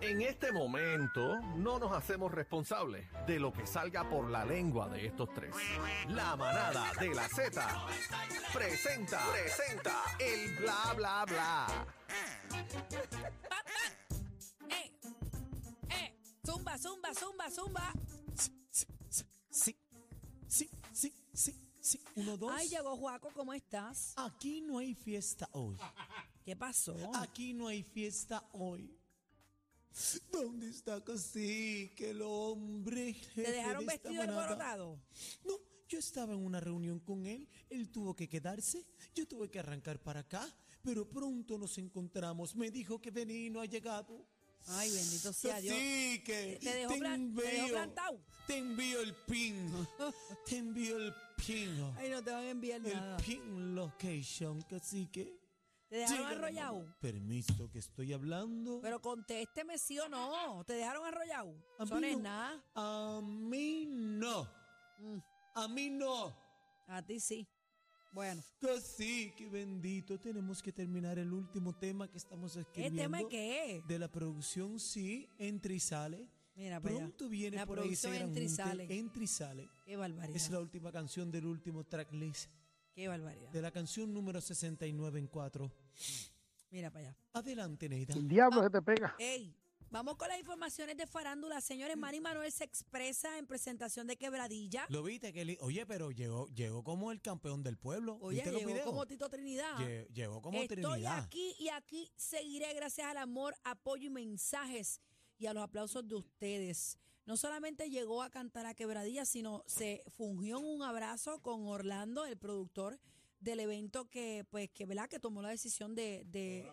En este momento no nos hacemos responsables de lo que salga por la lengua de estos tres. La manada de la Z presenta, presenta el bla bla bla. ¡Eh! ¡Eh! ¡Zumba, zumba, zumba, zumba! Sí, sí, sí, sí, sí. Uno, dos. Ay, llegó Juaco, ¿cómo estás? Aquí no hay fiesta hoy. ¿Qué pasó? Aquí no hay fiesta hoy. ¿Dónde está Cacique, el hombre? ¿Te dejaron vestido alborotado? alborotado? No, yo estaba en una reunión con él. Él tuvo que quedarse. Yo tuve que arrancar para acá. Pero pronto nos encontramos. Me dijo que venía y no ha llegado. Ay, bendito sea Dios. Sí, que Te dejó plan- te dejó plantao. te envío el pin. Te envío el pin. Ay, no te van a enviar nada. El pin location, cacique. ¿Te dejaron Llega- arrollado? Permiso que estoy hablando. Pero contésteme sí o no. ¿Te dejaron arrollado? A mí Son es no. nada. Mm. A mí no. A mí no. A ti sí. Bueno. Cacique bendito, tenemos que terminar el último tema que estamos escribiendo. ¿Este tema es qué? De la producción, sí, entra y sale. Mira para allá. Pronto viene La por ahí ese producción gran entra y junte, sale. Entra y sale. Qué barbaridad. Es la última canción del último tracklist Qué barbaridad. de la canción número 69 en 4. Mira para allá. Adelante, Neida. diablo se te pega. Ey, vamos con las informaciones de farándula. Señores, Manny Manuel se expresa en presentación de Quebradilla. Lo viste que li- oye, pero llegó llegó como el campeón del pueblo. Oye, ¿Viste los llegó videos? como Tito Trinidad. Lle- llegó como Estoy Trinidad. aquí y aquí seguiré gracias al amor, apoyo y mensajes y a los aplausos de ustedes. No solamente llegó a cantar a Quebradilla, sino se fungió en un abrazo con Orlando, el productor del evento que, pues, que, ¿verdad? que tomó la decisión de, de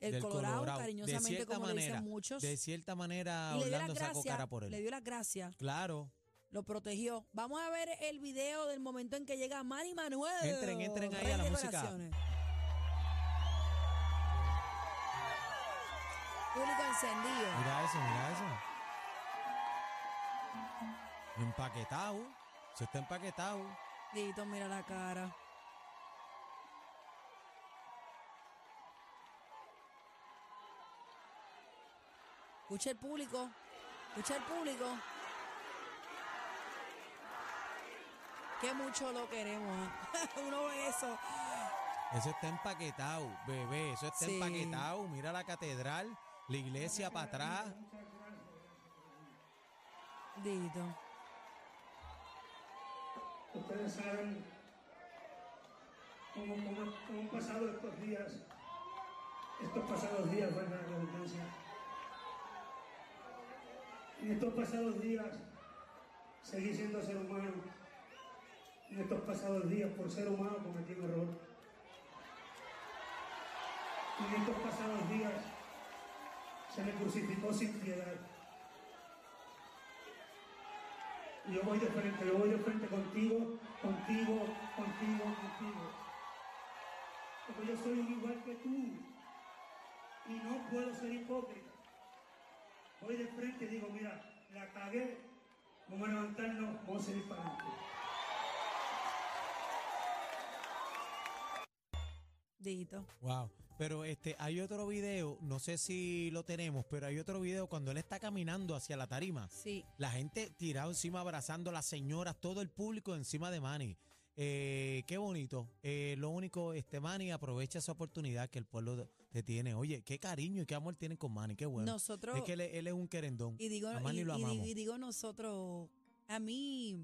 el Del Colorado, cariñosamente, como le dicen muchos. De cierta manera, y le dio las Orlando sacó gracias, cara por él. le dio las gracias, Claro. lo protegió. Vamos a ver el video del momento en que llega Mari Manuel. Entren, entren ahí Rey a la de música. Corazones. Público encendido. Mira eso, mira eso. Empaquetado. Se está empaquetado. Dito, mira la cara. Escucha el público. Escucha el público. Que mucho lo queremos. ¿ah? Uno ve eso. Eso está empaquetado, bebé. Eso está Sí. empaquetado. Mira la catedral, la iglesia para atrás. Dito. Ustedes saben cómo, cómo- cómo han pasado estos días, estos pasados días, valga la redundancia. En estos pasados días seguí siendo ser humano. En estos pasados días, por ser humano, cometí un error. En estos pasados días se me crucificó sin piedad. Yo voy de frente, yo voy de frente contigo, contigo, contigo, contigo. Porque yo soy un igual que tú. Y no puedo ser hipócrita. Voy de frente y digo, mira, la cagué, vamos a levantarnos, vamos a seguir para adelante. Dito. Wow. Pero este, hay otro video, no sé si lo tenemos, pero hay otro video cuando él está caminando hacia la tarima. Sí. La gente tirado encima, abrazando a las señoras, todo el público encima de Manny. Eh, qué bonito. Eh, lo único, este Manny aprovecha esa oportunidad que el pueblo te tiene. Oye, qué cariño y qué amor tienen con Manny, qué bueno. Nosotros- Es que él, es- él es un querendón. Y digo, a y, Manny lo y digo- amamos. y digo nosotros, a mí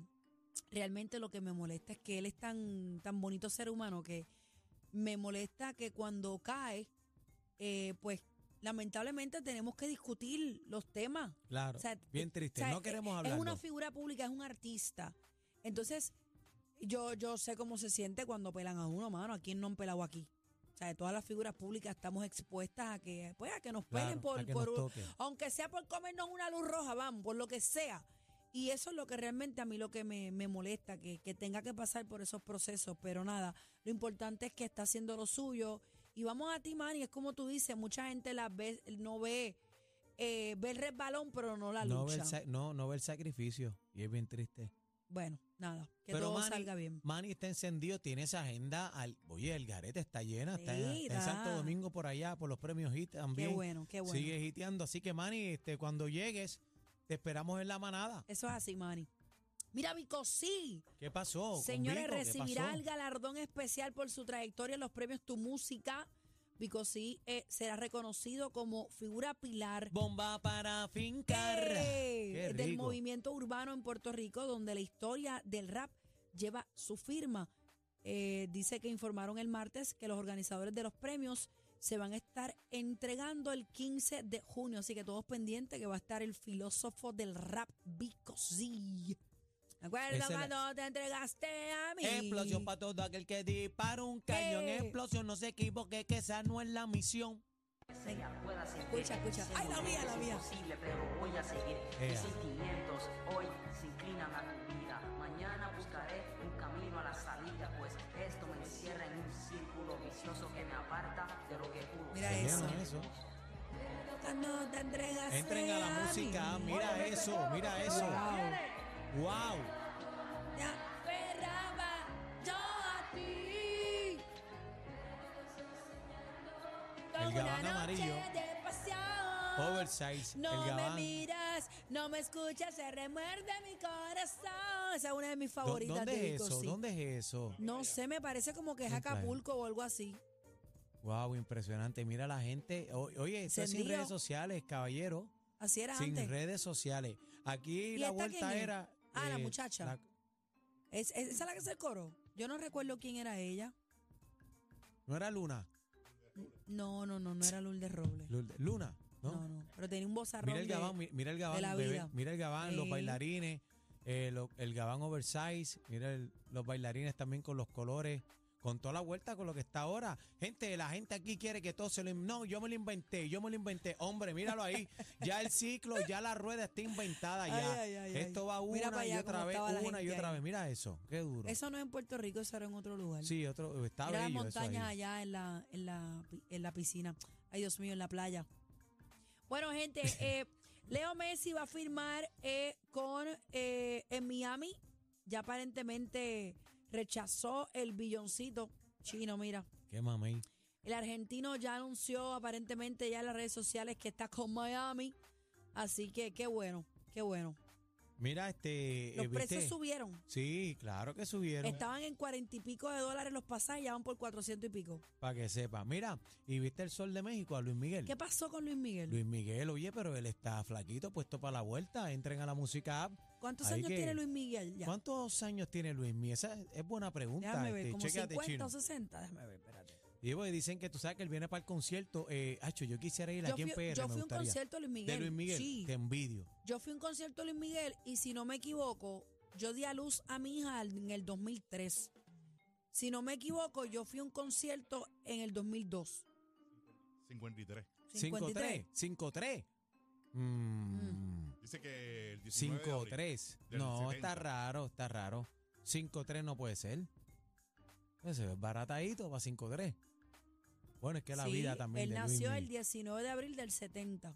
realmente lo que me molesta es que él es tan, tan bonito ser humano que me molesta que cuando cae, eh, pues lamentablemente tenemos que discutir los temas. claro. O sea, bien triste. o sea, no queremos es hablar. una figura pública, es un artista. Entonces, yo, yo sé cómo se siente cuando pelan a uno, mano. ¿A quién no han pelado aquí? O sea, de todas las figuras públicas estamos expuestas a que, pues, a que nos pelen Claro, por, a que por nos un- toque. aunque sea por comernos una luz roja, vamos, por lo que sea. Y eso es lo que realmente a mí lo que me, me molesta, que, que tenga que pasar por esos procesos. Pero nada, lo importante es que está haciendo lo suyo. Y vamos a ti, Manny, es como tú dices, mucha gente la ve, no ve, eh, ve el resbalón, pero no la no, lucha. ve el sa- no, no ve el sacrificio. Y es bien triste. Bueno, nada, que Pero todo Manny- salga bien. Manny está encendido, tiene esa agenda. Al, oye, el garete está llena, está, está Mira. en Santo Domingo por allá, por los premios HIT Qué también. bueno, qué bueno. Sigue hiteando. Así que, Manny, este, cuando llegues, te esperamos en la manada. Eso es así, Manny. Mira, Vicosí, ¿Qué pasó? con señores, Vico? ¿Qué recibirá pasó? el galardón especial por su trayectoria en los premios Tu Música. Vicosí eh, será reconocido como figura pilar Bomba para fincar. ¡Eh! Qué del rico. movimiento urbano en Puerto Rico, donde la historia del rap lleva su firma. Eh, dice que informaron el martes que los organizadores de los premios se van a estar entregando el 15 de junio, así que todos pendientes que va a estar el filósofo del rap Vico Z. ¿Te acuerdas Esa es la- cuando te entregaste a mí? Explosión para todo aquel que dispara un cañón. Eh. Explosión, no se equivoque, que esa no es la misión. Venga. pueda seguir. Escucha, escucha. Sé Ay, la muy mía, bien que la es mía. imposible, pero voy a seguir. Mis Ea. sentimientos hoy se inclinan a tu vida. Mañana buscaré un camino a la salida, pues esto me encierra en un círculo vicioso que me aparta de lo que juro. Mira ser. eso. Mira eso. Cuando te entregaste Entren a la mí. música. Mira eso, mira eso. Wow. Me aferraba yo a ti. Con El una gabán noche amarillo. de pasión. Oversize. No el me gabán. miras, no me escuchas, se remuerde mi corazón. Esa es una de mis ¿Dó- favoritas ¿Dónde de es Vico, eso? sí. ¿Dónde es eso? No sé, me parece como que es Un plan. Acapulco o algo así. Wow, impresionante. Mira la gente. O- oye, esto es sin Encendido. redes sociales, caballero. Así era Sin antes. redes sociales. Aquí ¿Y la esta quién vuelta es? era. eh, Ah, la muchacha. ¿Es, es- ¿Esa es la que hace el coro? Yo no recuerdo quién era ella. no era Luna. No, no, no, no era Lourdes Robles. Lourdes- Luna, ¿no? No, no. Pero tenía un bozarrón. Mira el de- gabán, mi- mira el gabán, de la bebé. vida. mira el gabán, los Sí. bailarines, eh, lo- el gabán oversize, mira el- los bailarines también con los colores, con toda la vuelta con lo que está ahora. Gente, la gente aquí quiere que todo se lo... in- No, yo me lo inventé, yo me lo inventé. Hombre, míralo ahí, ya el ciclo, ya la rueda está inventada ya. Ay, ay, ay, ay. Esto va Mira para una y allá otra cómo vez, estaba la una y gente otra ahí. vez. Mira eso, qué duro. Eso no es en Puerto Rico, eso era en otro lugar. Sí, otro, está Mira las bello eso ahí. montañas allá en la, en, la, pi- en la piscina. Ay, Dios mío, en la playa. Bueno, gente, eh, Leo Messi va a firmar eh, con eh, en Miami. Ya aparentemente rechazó el billoncito chino, mira. Qué mamey. El argentino ya anunció aparentemente ya en las redes sociales que está con Miami. Así que qué bueno, qué bueno. Mira este... Los eh, precios ¿viste? subieron. Sí, claro que subieron. Estaban en cuarenta y pico de dólares los pasajes, ya van por cuatrocientos y pico. Para que sepa. Mira, ¿y viste el sol de México a Luis Miguel? ¿Qué pasó con Luis Miguel? Luis Miguel, oye, pero él está flaquito, puesto para la vuelta. Entren a la música app. ¿Cuántos Ahí años que- tiene Luis Miguel ya? ¿Cuántos años tiene Luis Miguel? Esa es buena pregunta. Déjame ver, este, como chécate, 50 chino. o 60. Déjame ver, espérate. Y bueno, dicen que tú sabes que él viene para el concierto. Eh, Acho, yo quisiera ir Yo aquí fui, en yo PR, me fui a un gustaría. concierto de Luis Miguel. de Luis Miguel, Sí. te envidio. Yo fui a un concierto de Luis Miguel y si no me equivoco, yo di a luz a mi hija al- en el 2003. Si no me equivoco, yo fui a un concierto en el 2002. 53. 5-3, 5-3. Mm, Dice que el 19 de abril. 5-3. del No, 70. está raro, está raro. 5-3 no puede ser. Ese es baratadito para 5-3. Bueno, es que la Sí, vida también Él de Luis nació Miguel. el 19 de abril del 70.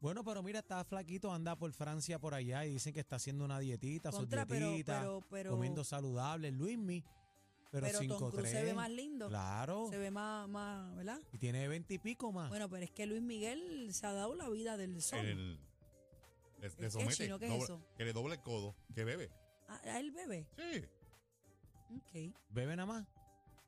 Bueno, pero mira, está flaquito, anda por Francia por allá y dicen que está haciendo una dietita, sus Contra, pero, dietitas, pero, pero, comiendo saludable, Luismi, pero, pero Tom Cruise se ve 5'3". más lindo. Claro, Se ve más, más, ¿verdad? y tiene 20 y pico más. Bueno, pero es que Luis Miguel se ha dado la vida del sol. El, le, le ¿El somete. chino qué es doble- eso? Que le doble el codo. Que bebe. ¿A, a él bebe? Sí. ah, Ok. ¿Bebe nada más?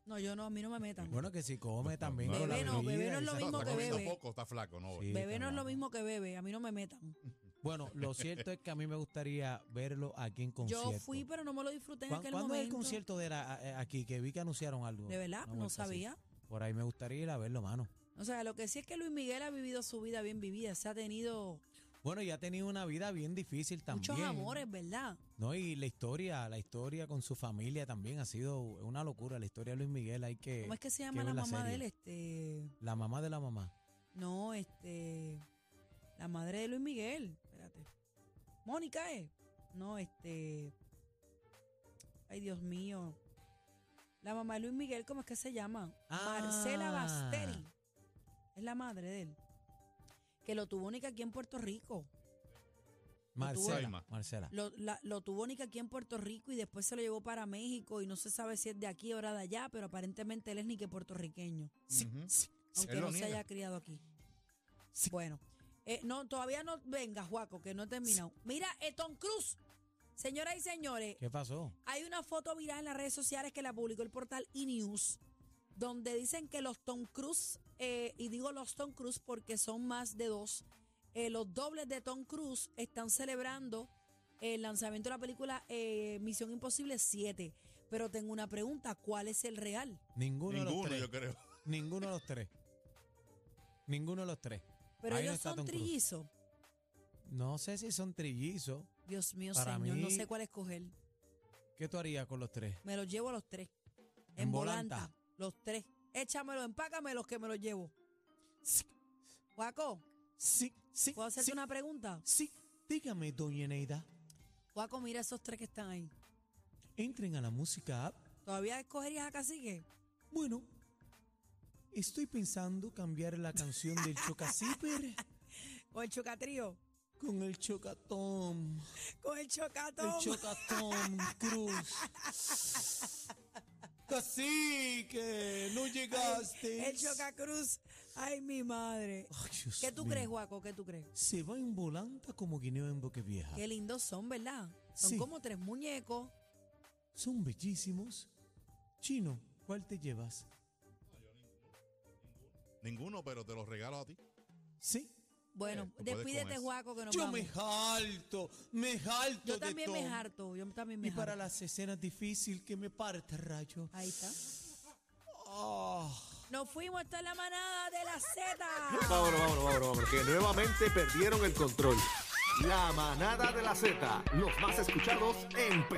No, yo no, a mí no me metan. Bueno, que si come No, también no, con la bebe no, bebe bebida no es y lo esas mismo No, que está cosas. comiendo bebe. poco, está flaco, ¿no? Sí, Bebé no es también. lo mismo que bebe, a mí no me metan. Bueno, lo cierto es que a mí me gustaría verlo aquí en concierto. Yo fui, pero no me lo disfruté en ¿Cuán- aquel ¿Cuándo momento. es el concierto Ah, de la- a- a- aquí que vi que anunciaron algo? De verdad, Una no vuelta así. sabía. Por ahí me gustaría ir a verlo, mano. O sea, lo que sí es que Luis Miguel ha vivido su vida bien vivida, se ha tenido Bueno, ya ha tenido una vida bien difícil también. muchos amores, ¿verdad? No, y la historia, la historia con su familia también ha sido una locura. La historia de Luis Miguel, hay que. ¿Cómo es que se que llama la ver la mamá de él? Eh, serie. Este, La mamá de la mamá. no, este, la madre de Luis Miguel, espérate. Mónica, ¿eh? No, este, ay Dios mío. La mamá de Luis Miguel, ¿cómo es que se llama? Marcela Ah. Basteri. Es la madre de él. Que lo tuvo única aquí en Puerto Rico. Marcela, Vilma. Marcela. Lo, la- lo tuvo Nica aquí en Puerto Rico y después se lo llevó para México y no se sabe si es de aquí o era de allá, pero aparentemente él es ni que puertorriqueño, Ujú. aunque Él lo no se niega. haya criado aquí. Bueno, eh, no, todavía no venga, Juaco, que no he terminado. Mira, eh, Tom Cruise, señoras y señores, ¿Qué pasó? hay una foto viral en las redes sociales que la publicó el portal eNews, donde dicen que los Tom Cruise, eh, y digo los Tom Cruise porque son más de dos, eh, los dobles de Tom Cruise están celebrando el lanzamiento de la película eh, Misión Imposible 7. Pero tengo una pregunta, ¿cuál es el real? Ninguno, de los Ninguno, tres. yo creo. Ninguno de los tres. Ninguno de los tres. Pero Ahí no ellos está son Tom Cruise. trillizos. No sé si son trillizos. Dios mío, Para señor, no mí- sé cuál escoger. ¿Qué tú harías con los tres? Me los llevo a los tres. En, En volanta. volanta. Los tres. Échamelo, empácame los que me los llevo. Juaco, Sí, sí. ¿puedo hacerte sí, una pregunta? Sí, dígame, doña Neida. Juaco, mira esos tres que están ahí. Entren a la música app. ¿Todavía escogerías a Cacique? Bueno, estoy pensando cambiar la canción del Chocaciper ¿O el Chocatrío? con el Chocatom. ¿Con el Chocatón? El Chocatom Cruz. Cacique, no llegaste. el Chocacruz. Ay, mi madre. Ay, Dios ¿Qué tú mío. crees, Juaco? ¿Qué tú crees? Se va en volanta como guineo en boque vieja. Qué lindos son, ¿verdad? Son Ah. Sí. como tres muñecos. Son bellísimos. Chino, ¿cuál te llevas? Ninguno, pero te los regalo a ti. Sí. Bueno, Eh, tú puedes con despídete, eso. Juaco, que nos Yo vamos. me jalto, me jalto Yo de también me Tom. harto. Yo también me Y para harto. las escenas difíciles que me parta, rayo. Ahí está. Ah. Nos fuimos, esta es la manada de la Z. Vámonos, vámonos, vámonos, vámonos, que nuevamente perdieron el control. La manada de la Z, los más escuchados en